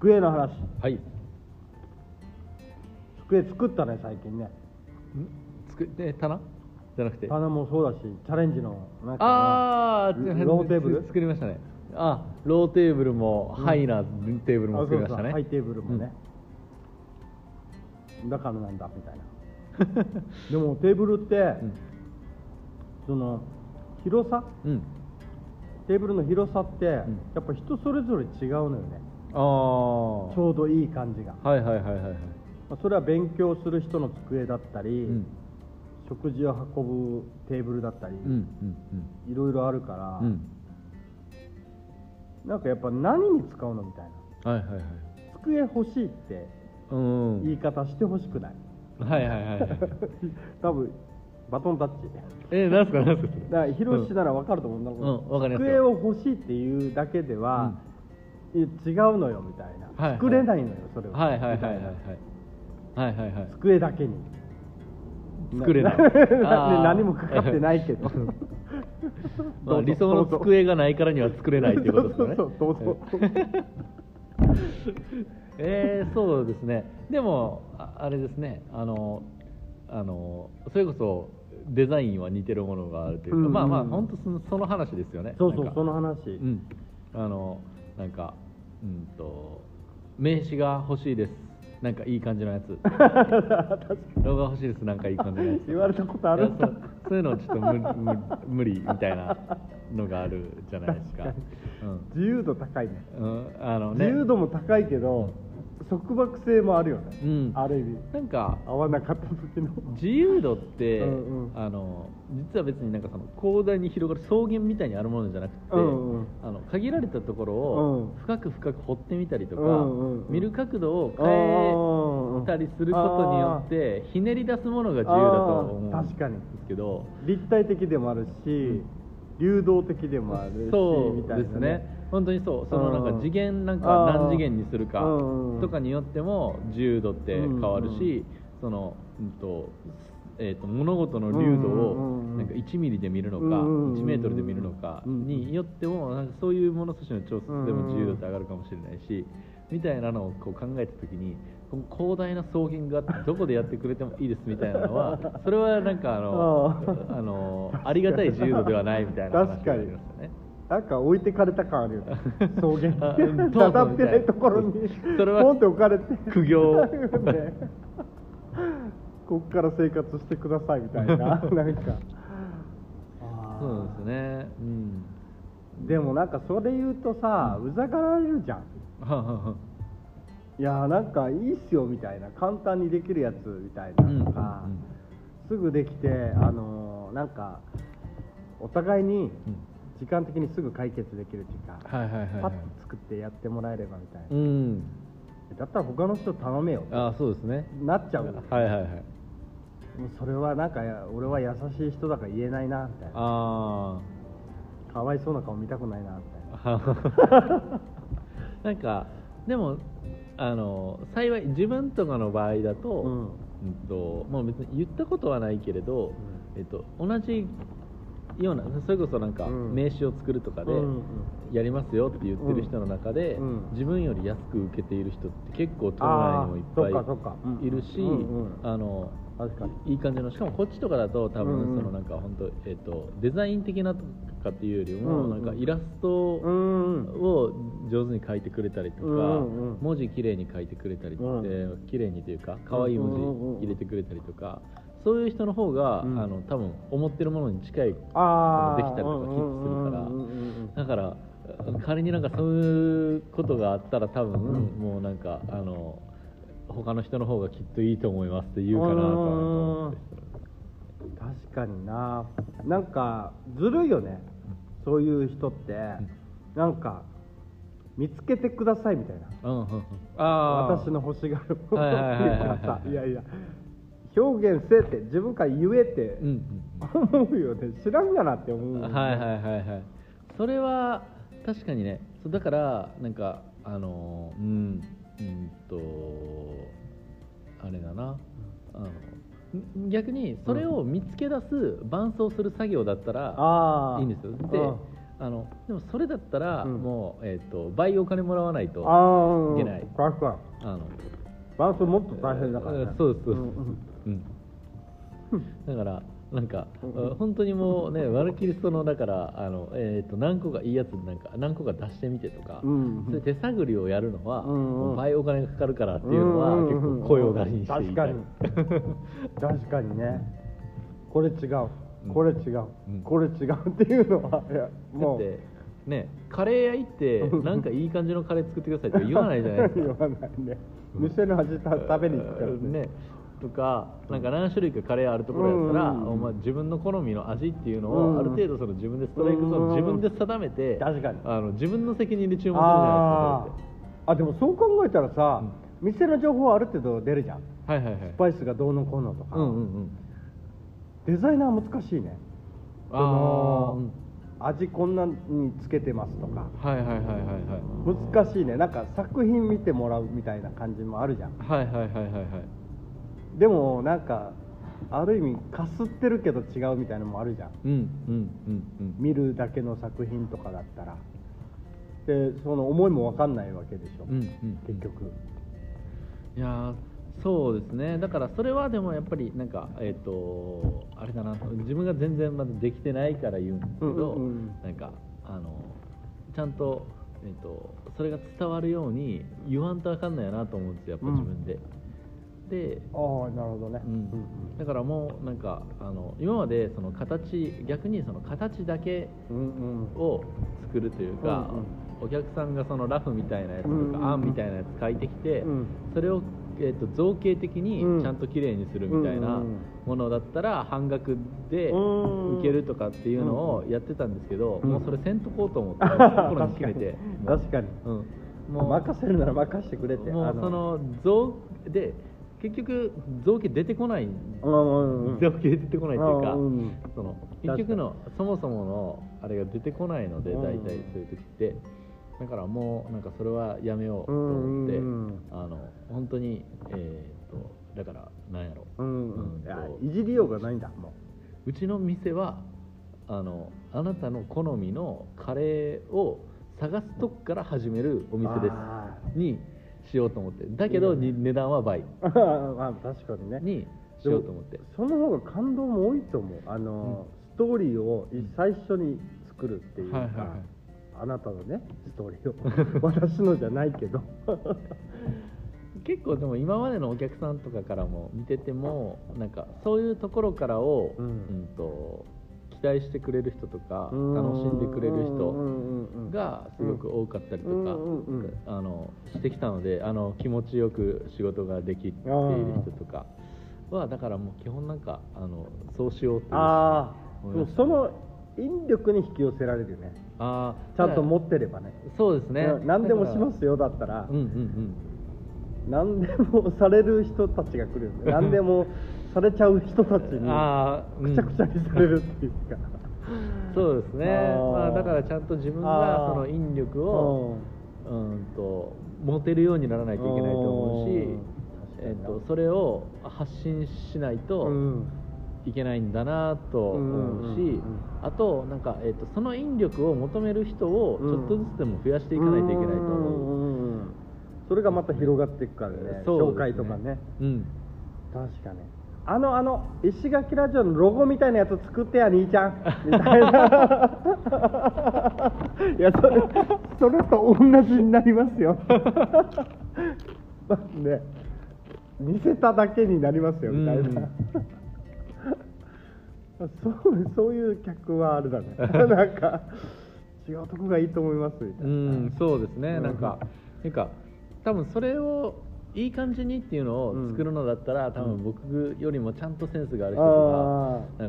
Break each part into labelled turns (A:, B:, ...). A: 机の話
B: はい
A: 机作ったね最近ね
B: つくで棚じゃなくて
A: 棚もそうだしチャレンジのなんか
B: ああ
A: ロローテーブル
B: 作りましたねあローテーブルも、ハイなテーブルも
A: あ
B: 作りましたね
A: そうそうハイテーブルもね、だからなんだみたいな でもテーブルって、
B: ん
A: その広さ
B: うん、うん
A: テーブルの広さって、
B: ん
A: やっぱ人それぞれ違うのよね
B: ああ
A: ちょうどいい感じが、ま
B: はいはいはいはいはい
A: あ、それは勉強する人の机だったり、
B: うん
A: 食事を運ぶテーブルだったり、
B: うんうん
A: いろいろあるから、
B: うんうん
A: なんかやっぱ何に使うのみたいな
B: はいはいはい
A: 机欲しいって
B: うんうん
A: 言い方してほしくない、
B: はいはいはいはい
A: 多分バトンタッチ
B: えなんすかなんすかそれ
A: だからヒロシなら分かると思うんだけど
B: うんわかりますよ
A: 机を欲しいっていうだけでは、いや違うのよみたいな、
B: はいはい
A: 作れないのよそれは、
B: はいはいはいはい
A: みた
B: はい
A: な
B: はいはいはい
A: 机だけに
B: 作れ ない
A: な
B: あー
A: 何もかかってないけ ど
B: ま
A: どうぞ
B: あ理想の机がないからには作れないっていうことですよね
A: そうそうそうどうぞ
B: えー、そうですねでもああれですねあのあのそれこそデザインは似てるものがあるというか、
A: うんうん
B: まあまあ本当そのその話ですよね
A: そうそう
B: なんか
A: その話、
B: うんあのなんかうんと名刺が欲しいですなんかいい感じのや つ動画欲しいですなんかいい感じのやつ
A: 言われたことあるんだ
B: いやそうそういうのちょっと無無無理みたいなのがあるじゃないですか
A: 確か自由度高いね
B: うん、うん、あのね
A: 自由度も高いけど、束縛性もあるよね、
B: うん
A: ある意味
B: なんか
A: 合わなかった時の
B: 自由度って、
A: うんうん
B: あの実は別になんかその広大に広がる草原みたいにあるものじゃなくて、
A: うんうん
B: あの限られたところを
A: うん
B: 深く深く掘ってみたりとか、
A: うんうんうん
B: 見る角度を変えたりすることによってひねり出すものが自由だと思うん
A: あー確かに
B: ですけど
A: 立体的でもあるし、流動的でもあるし
B: そう
A: みたいな、
B: ですね本当にそうそのなん
A: うん
B: か次元なんか
A: あー
B: 何次元にするか
A: うんうん
B: とかによっても自由度って変わるしそのうんとえー、と物事の流度
A: うんう
B: を
A: んうん
B: なんか1ミリで見るのか
A: うんうんうん
B: 1メートルで見るのかによってもなんかそういう物差しの調節でも自由度って上がるかもしれないしみたいなのをこう考えた時にこの広大な草原があってどこでやってくれてもいいですみたいなのはそれはなんかあのあのありがたい自由度ではないみたいな話
A: 確かに
B: になりましたね。
A: なんか置いてかれた感あるよ ね草原
B: あうん
A: だだっないところに
B: それは
A: ポンって置かれて
B: 苦行
A: あるよねこっから生活してくださいみ たいななんかあー
B: そうですね。うん。
A: でもなんかそれ言うとさ、うざがられるじゃん
B: はははい
A: やーなんかいいっすよみたいな簡単にできるやつみたいなのが、
B: うんうんうん
A: すぐできてあのーなんかお互いに時間的にすぐ解決できる時間、
B: はいはいはい
A: パ
B: は
A: ッ
B: い
A: と。作ってやってもらえればみたいな、
B: うん。
A: だったら他の人頼めよ
B: あー、そうですね。
A: なっちゃう、
B: はいはいはい。
A: もうそれはなんか俺は優しい人だから言えないなみたいな
B: あ
A: かわいそうな顔見たくないなみたいな
B: あ。 なんかでもあの幸い自分とかの場合だと、
A: う
B: うんんともう別に言ったことはないけれど、
A: う
B: えっと同じようなそれこそなんか
A: うん
B: 名刺を作るとかで。
A: うんうん
B: やりますよって言ってる人の中で、
A: うんうん
B: 自分より安く受けている人って結構都内にもいっぱ
A: あーそっかそっかうん
B: いいるし、
A: うんうん
B: あの
A: 確かに
B: いい感じのしかもこっちとかだと多
A: うんう
B: 分
A: ん
B: そのなんか本当、えっとデザイン的なとかっていうよりも、
A: うんう
B: なんんかイラスト
A: うんうん
B: を上手に描いてくれたりとか、
A: うんうん
B: 文字綺麗に書いてくれたりって、
A: う
B: 綺麗にというか可愛い文字入れてくれたりとか、そういう人の方が、
A: うん
B: あの多分思ってるものに近い
A: ああ
B: できたりとかキープするから
A: る
B: だから仮になんかそういうことがあったら多分、もうなんかあの他の人の方がきっといいと思いますって言うかなとは思って
A: 確かにななんかずるいよねそういう人って、なんか見つけてくださいみたいな
B: うんうんうんあー
A: 私の欲しがるものって
B: はいはい
A: いう
B: はいは
A: か
B: い
A: さいやいや表現せって自分から言えって
B: うんうん
A: 思うよね知らんがなって思うよね
B: はいはいはいはいそれは確かにねそうだからなんかあのーうんうんとあれだなあのん逆にそれを見つけ出す伴奏する作業だったら
A: ああ
B: いいんですよで
A: うん
B: あのでもそれだったら、
A: うん
B: もう、えー、と倍お金もらわないと
A: ああ
B: いけない
A: 確かに
B: あの
A: バランスもっと大変だから、ね
B: うんそうですそうです
A: ん
B: うんだからなんか
A: うん
B: あ本当にもうねワルキリストのだからあの、えー、と何個がいいやつなんか何個か出してみてとか、
A: うん
B: それ手探りをやるのは、
A: うんうん
B: 倍お金がかかるからっていうのは、
A: うんうんうん
B: 結構声をがりにして言いたい
A: 確かに確かにねこれ違う
B: うん
A: これ違う、
B: うん
A: これ違うっていうのはいやもう
B: だってねカレー屋行ってなんかいい感じのカレー作ってくださいって言わないじゃないですか
A: 言わないね店の味た食べに行くからね
B: ねとかなんか何種類かカレーあるところやったら、
A: うんうんうん
B: お前自分の好みの味っていうの
A: うん
B: をある程度その自分でストライクゾーン
A: うんうんうん
B: 自分で定めて
A: 確かに
B: あの自分の責任で注文するじゃ
A: あ
B: ないですか
A: ーあでもそう考えたらさ、店の情報ある程度出るじゃん
B: それってはいはいは
A: ス
B: い
A: パイスがどうのこうのとか、
B: うんうんうん
A: デザイナー難しいねそ
B: あ
A: の味こんなにつけてますとか
B: あはいはいはいはい
A: 難しいねなんか作品見てもらうみたいな感じもあるじゃん
B: はいはいはいはいはいはい
A: でもなんかある意味かすってるけど違うみたいなのもあるじゃん
B: うんうんうん
A: 見るだけの作品とかだったらでその思いも分かんないわけでしょ、
B: うんうんうん
A: 結局
B: いやーそうですねだからそれはでもやっぱりなんかえっ、とあれだな自分が全然まだできてないから言うんですけど、
A: うんうんうん
B: なんかあのちゃんと,、えー、とそれが伝わるように言わんとあかんないなと思うんですよやっぱ
A: うん
B: 自分で、で、
A: ああなるほどね、
B: うんだからもうなんかあの今までその形逆にその形だけ
A: うんうん
B: を作るというか、
A: うん
B: お客さんがそのラフみたいなやつとか、
A: うんうんうん
B: あんみたいなやつ書いてきて、
A: うん
B: それを、えー、と造形的
A: うん
B: にちゃんと綺麗にするみたい
A: うん
B: な
A: うんうん
B: ものだったら半額で
A: うん
B: 受けるとかっていうのをやってたんですけど、
A: うん
B: もうそれせんとこうと思って 心に
A: 確
B: 決
A: か
B: め
A: に
B: て。
A: 確かに
B: うんもう
A: 任せるなら任してくれて
B: も
A: あ
B: うその造で結局造形出てこない
A: うんうんうん
B: 造形出てこないというか、
A: うんうん
B: その
A: 確かに
B: 結局のそもそものあれが出てこないので
A: うん
B: 大体そういう時ってだからもうなんかそれはやめようと思って、
A: うんうんうん
B: あの本当にえーっとだからなんやろ
A: う
B: うん
A: うん
B: と
A: いやいじりようがないんだも
B: うちの店はあのあなたの好みのカレーを探すとこから始めるお
A: う
B: 店です
A: あ
B: にしようと思ってだけどに値段は倍
A: ー まあ確かにね
B: にしようと思って
A: でもその方が感動も多いと思うあの、ストーリーをい最初に作るっていうか、
B: はいはいはい
A: あなたのねストーリーを 私のじゃないけど
B: 結構でも今までのお客さんとかからも見ててもなんかそういうところからを、
A: う
B: うんんと期待してくれる人とか
A: うー
B: 楽しんでくれる
A: う
B: 人
A: んうんうんうん
B: がすごく多かったりとか、
A: うんうんうん
B: あのしてきたのであの気持ちよく仕事ができている人とかはだからもう基本なんかあのそうしようっていう
A: ああ
B: 思いました
A: その引力に引き寄せられるよね
B: あー
A: ちゃんと持
B: だか
A: ってればね
B: らそうですね
A: うん何でもしますすよだったら
B: うんうんうん
A: 何でもされる人たちが来るよ ね何でもされちゃう人たちに
B: あーう
A: く
B: ん
A: ちゃくちゃにされるっていうか、
B: そうですね
A: あー
B: まあ、だからちゃんと自分
A: あ
B: が
A: ー
B: その引力をうんと持てるようにならないといけないと思うし
A: おー、
B: えっ
A: 確かに
B: と
A: な
B: それを発信しないうと
A: ん
B: いけないんだなと思うし、
A: うんうんうん
B: あとなんか、えっとその引力を求める人を
A: うん
B: ちょっとずつでも増やしていかないといけないと思う、
A: んんんそれがまた広がっていくからね
B: そう
A: 紹介とかね、
B: うん、
A: 確かにあのあの石垣ラジオのロゴみたいなやつ作ってや兄ちゃんみ たいないやそれそれと同じになりますよ まあね見せただけになりますよみたいな、 そうそういう客はあれだね なんか違うとこがいいと思いますみたい
B: う
A: な、
B: ん、そうですね、
A: うん
B: なんか、なんか、多分それを。いい感じにっていうの
A: うん
B: を作るのだったら、多分僕よりもちゃんとセンスがある人
A: あ
B: と
A: ー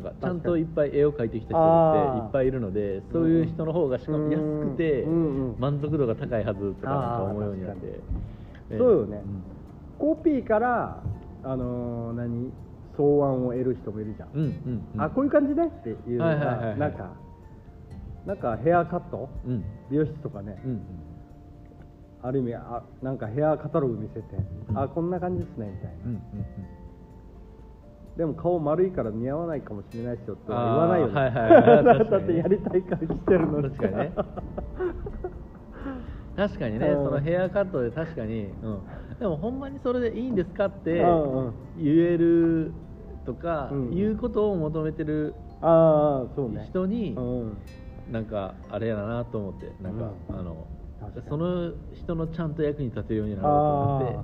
B: か、なんかち
A: 確かに
B: ゃんといっぱい絵を描いてきた人って
A: あー
B: いっぱいいるので、そういう人の方がしかも安くて
A: うんうん
B: 満足度が高いはずとかなんか思うようになって
A: あー確。
B: えー
A: そうよねコピーからあのー何草案を得る人もいるじゃん、
B: うんうんうん。
A: あこういう感じねっていうのが、
B: はいはいはいはい
A: なんかなんかヘアカット
B: うん
A: 美容室とかね、
B: うん
A: ある意味あなんかヘアカタログ見せて、
B: うん
A: あこんな感じですねみたいな
B: うんうんうん
A: でも顔丸いから似合わないかもしれないですよって言
B: あー
A: わないよね、
B: はいはいはい確
A: だ
B: か
A: っ
B: にね
A: てやりたいから来てるのに
B: 確かにね確かにね、
A: うん
B: そのヘアカットで確かに、うん、でもほんまにそれでいいんですかって
A: うんうん
B: 言えるとか、
A: うん
B: いうことを求めてる
A: ああそうね
B: 人に
A: うん
B: なんかあれやなと思ってなんか、
A: うん
B: あの
A: 確かに
B: その人のちゃんと役に立てるようになると
A: あ
B: 思っ
A: あ
B: て。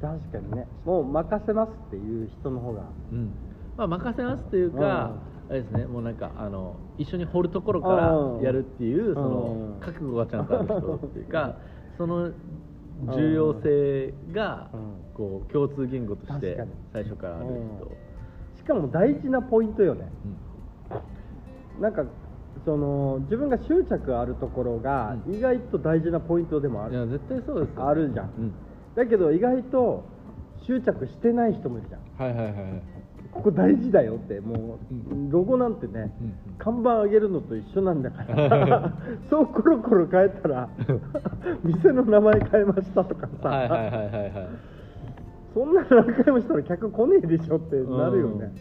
A: 確かにねもう任せますっていう人の方が
B: うんまあ、任せますというか、あれですね、もうなんかあの一緒に掘るところから
A: うん
B: やるっていう、その
A: うん
B: 覚悟がちゃんとある人っていうか、その重要性が
A: うん
B: こう共通言語として
A: 確かに
B: 最初からある人、
A: しかも大事なポイントよね
B: うん
A: なんかその自分が執着あるところが
B: うん
A: 意外と大事なポイントでもあ
B: い
A: る、
B: や絶対そうですよ
A: あるじゃん
B: うん、
A: だけど意外と執着してない人もいるじゃん
B: はいはいはいはい
A: ここ大事だよってもう、
B: うん
A: ロゴなんてね、
B: うんうん
A: 看板上げるのと一緒なんだから そうコロコロ変えたら店の名前変えましたとかさ、
B: はいはいはいはいはい
A: そんなの何回もしたら客来ねえでしょってなるよね、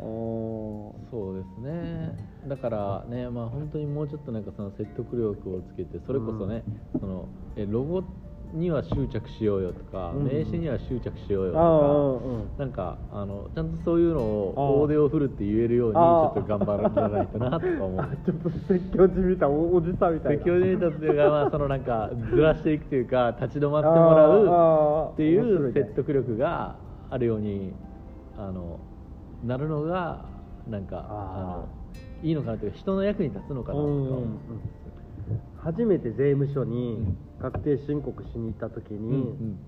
A: お
B: そうですねだからね、まあ、本当にもうちょっとなんかその説得力をつけてそれこそね、そのえロゴには執着しようよとか、
A: うん
B: 名刺には執着しようよ
A: ああ
B: と
A: うんうん
B: か、なんかあのちゃんとそういうの
A: ああ
B: を大手を振るって言えるようにち
A: あ
B: ょ
A: あ
B: っと頑張らないとなとか思う。
A: ちょっと説教じみたおおじさんみたい
B: 説
A: な
B: 教で言うというか、まあ、そのなんかずらしていくというか立ち止まって
A: あああ
B: もら
A: あ
B: うってい
A: 面白
B: う
A: いね
B: 説得力があるようにあのなるのがなんか
A: ああ
B: あのいいのかなというか人の役に立つのかなとか
A: うんうんう
B: 思
A: ん初めて税務署に
B: うん
A: 確定申告しに行った時
B: うんう
A: に、
B: ん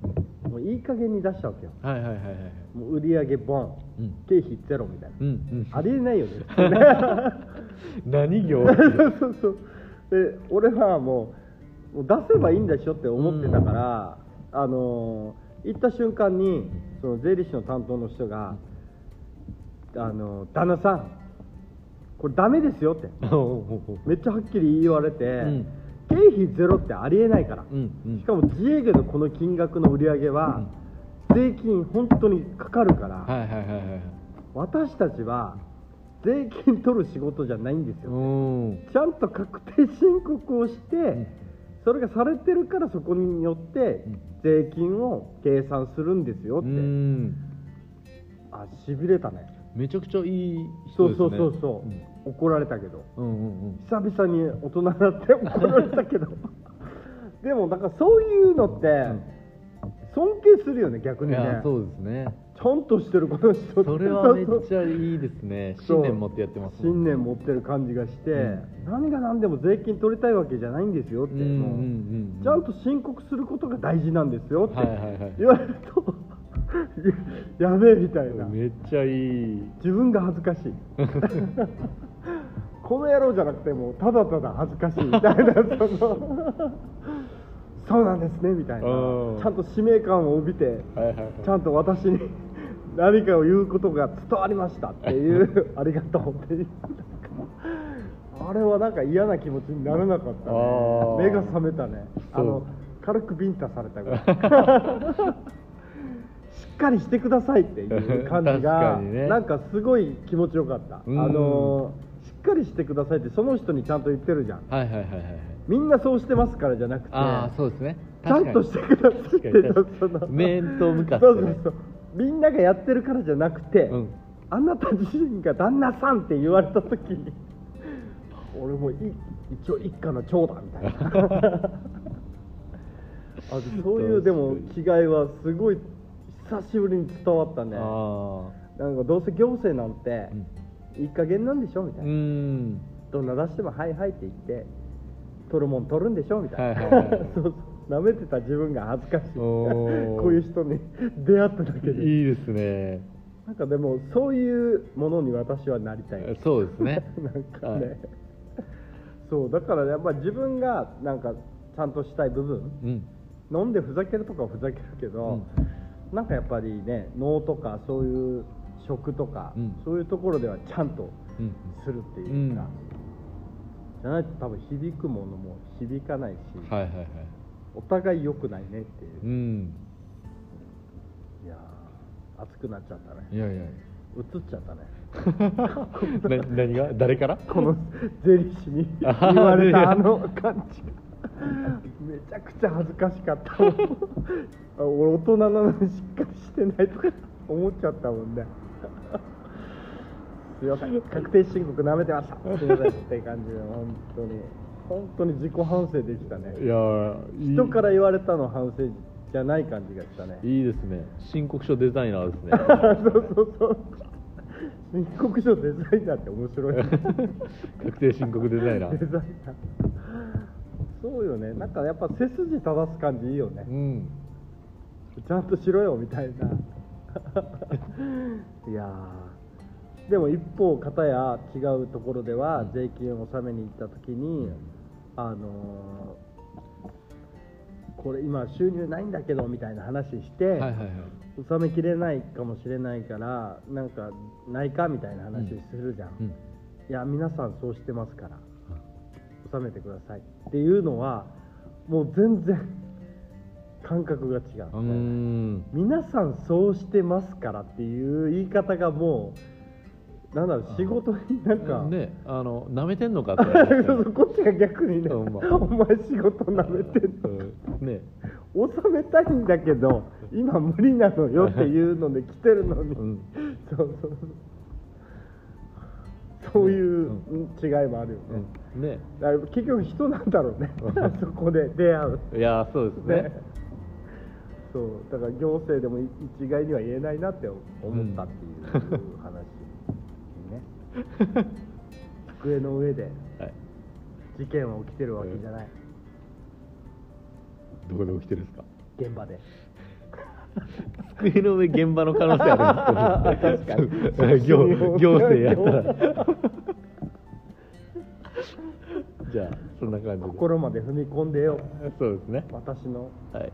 A: もういい加減に出したわけよ
B: はいはいはいはいはい
A: もう売り上げボン、
B: うん
A: 経費ゼロみたいな、
B: うんうん
A: ありえないよ ね
B: 何 行
A: そうそうそうで俺はもうもう出せばいいんでしょって思ってたから、あのー行った瞬間にその税理士の担当の人が「あのー旦那さんこれダメですよ」ってめっちゃはっきり言われて、
B: ん
A: 経費ゼロってありえないから、
B: うんうん
A: しかも自営業のこの金額の売り上げは、税金本当にかかるから、
B: はいはいはいはい
A: 私たちは税金取る仕事じゃないんですよ、
B: うん
A: ちゃんと確定申告をして、
B: ん
A: それがされてるからそこによって
B: ん
A: 税金を計算するんですよっ
B: う
A: て、
B: ん
A: あしびれたね
B: めちゃくちゃいい
A: そ
B: 人
A: う
B: ですね
A: そうそうそう、怒らられたけど
B: うんうんうん
A: 久々に大人になって 怒られたけどでもなんかそういうのって尊敬するよね逆
B: うんい
A: にね
B: やそうですね
A: ちゃんとしてるこの人って
B: それはめっ
A: そう
B: ちゃいいですね
A: そ
B: 信
A: う
B: 念持ってやってますもん
A: 信念持ってる感じがして、
B: う
A: 何が何でも税金取りたいわけじゃないんですよって、
B: うんうんうんうん
A: もうちゃんと申告することが大事なんですよって
B: はいはいはい
A: 言われると、 やべえみたいな
B: めっちゃいい
A: 自分が恥ず かしいこの野郎じゃなくてもうただただ恥ずかしいみたいな そのそうなんですねみたいな
B: うん
A: ちゃんと使命感を帯びて
B: はいはいはい
A: ちゃんと私に 何かを言うことが伝わりましたっていう ありがとうっていうあれはなんか嫌な気持ちにならなかった
B: あ
A: ね
B: ー
A: 目が覚めたねあの
B: そう
A: 軽くビンタされたぐら いしっかりしてくださいっていう感じ
B: 確
A: が、
B: かにね
A: なんかすごい気持ちよかったあ
B: うん
A: のしっかりしてくださいってその人にちゃんと言ってるじゃん
B: はいはいはいはいはい
A: みんなそうしてますからじゃなくて
B: ああそうですね
A: ちゃんとしてくださいってその
B: 面と向かって
A: そ
B: ね
A: うそうそうみんながやってるからじゃなくて、
B: うん
A: あなた自身が旦那さんって言われた時に俺もい一応一家の長だみたい なあそういうでも気概はすごい久しぶりに伝わったね
B: あ
A: なんかどうせ行政なんていい加減なんでしょみ
B: あ
A: た
B: う
A: い
B: ー
A: な、
B: ん
A: どんな出しても「はいはい」って言って取るもん取るんでしょみたいな、
B: はいはいはい
A: そうそう舐めてた自分が恥ずかしい
B: おー
A: こういう人に出会っただけで
B: いいですね
A: なんかでもそういうものに私はなりたい
B: そうですね
A: なんかね、
B: はい
A: そうだからやっぱ自分がなんかちゃんとしたい部分
B: うん
A: 飲んでふざけるとかはふざけるけど、なんかやっぱりね脳とかそういう食とか、
B: うん
A: そういうところではちゃんと
B: うん
A: するっていうか、
B: うん
A: じゃないと多分響くものも響かないし、
B: はいはいはい
A: お互い良くないねっていう
B: う、ん
A: いやー熱くなっちゃったね
B: いやい や
A: 映っちゃったね
B: な何が誰から
A: この税理士に言
B: あー
A: われ
B: いや
A: たあの感じがめちゃくちゃ恥ずかしかったあ俺大人なのにしっかりしてないとか思っちゃったもんねすいません確定申告舐めてましたすいませんって感じで本当に本当に自己反省できたね
B: いやーいい
A: 人から言われたの反省じゃない感じがしたね
B: いいですね申告書デザイナーですね
A: そうそうそう申告書デザイナーって面白いね
B: 確定申告デザイナ
A: デ
B: ー
A: ザイナーそうよねなんかやっぱ背筋正す感じいいよね
B: うん
A: ちゃんとしろよみたいないやーでも一方片や違うところでは税金を納めに行った時に、あのーこれ今収入ないんだけどみたいな話して、
B: はいはいはい
A: 納めきれないかもしれないからなんかないかみたいな話するじゃん、
B: うん
A: いや皆さんそうしてますから納めてくださいっていうのはもう全然感覚が違う
B: うーん
A: 皆さんそうしてますからっていう言い方がもうなんだろう仕事になんか、
B: ねあの舐めてんのかって言われますよね
A: こっちが逆にね、
B: ほんま
A: お前仕事なめてんの
B: うんね
A: 収めたいんだけど今無理なのよっていうので来てるのに、
B: うん
A: そうそうそういう違いもあるよね、
B: うんね
A: だから結局人なんだろうね そこで出会う
B: いやーそうですね
A: ねそうだから行政でも一概には言えないなって思ったっていう話にね、机の上で
B: はい
A: 事件は起きてるわけじゃない、
B: どこで起きてるんですか
A: 現場で
B: 机の上現場の可能性あるんですけど
A: 確かに
B: 行行政やったら じゃあそんな感じで
A: 心まで踏み込んでよ
B: そうですね
A: 私の
B: はい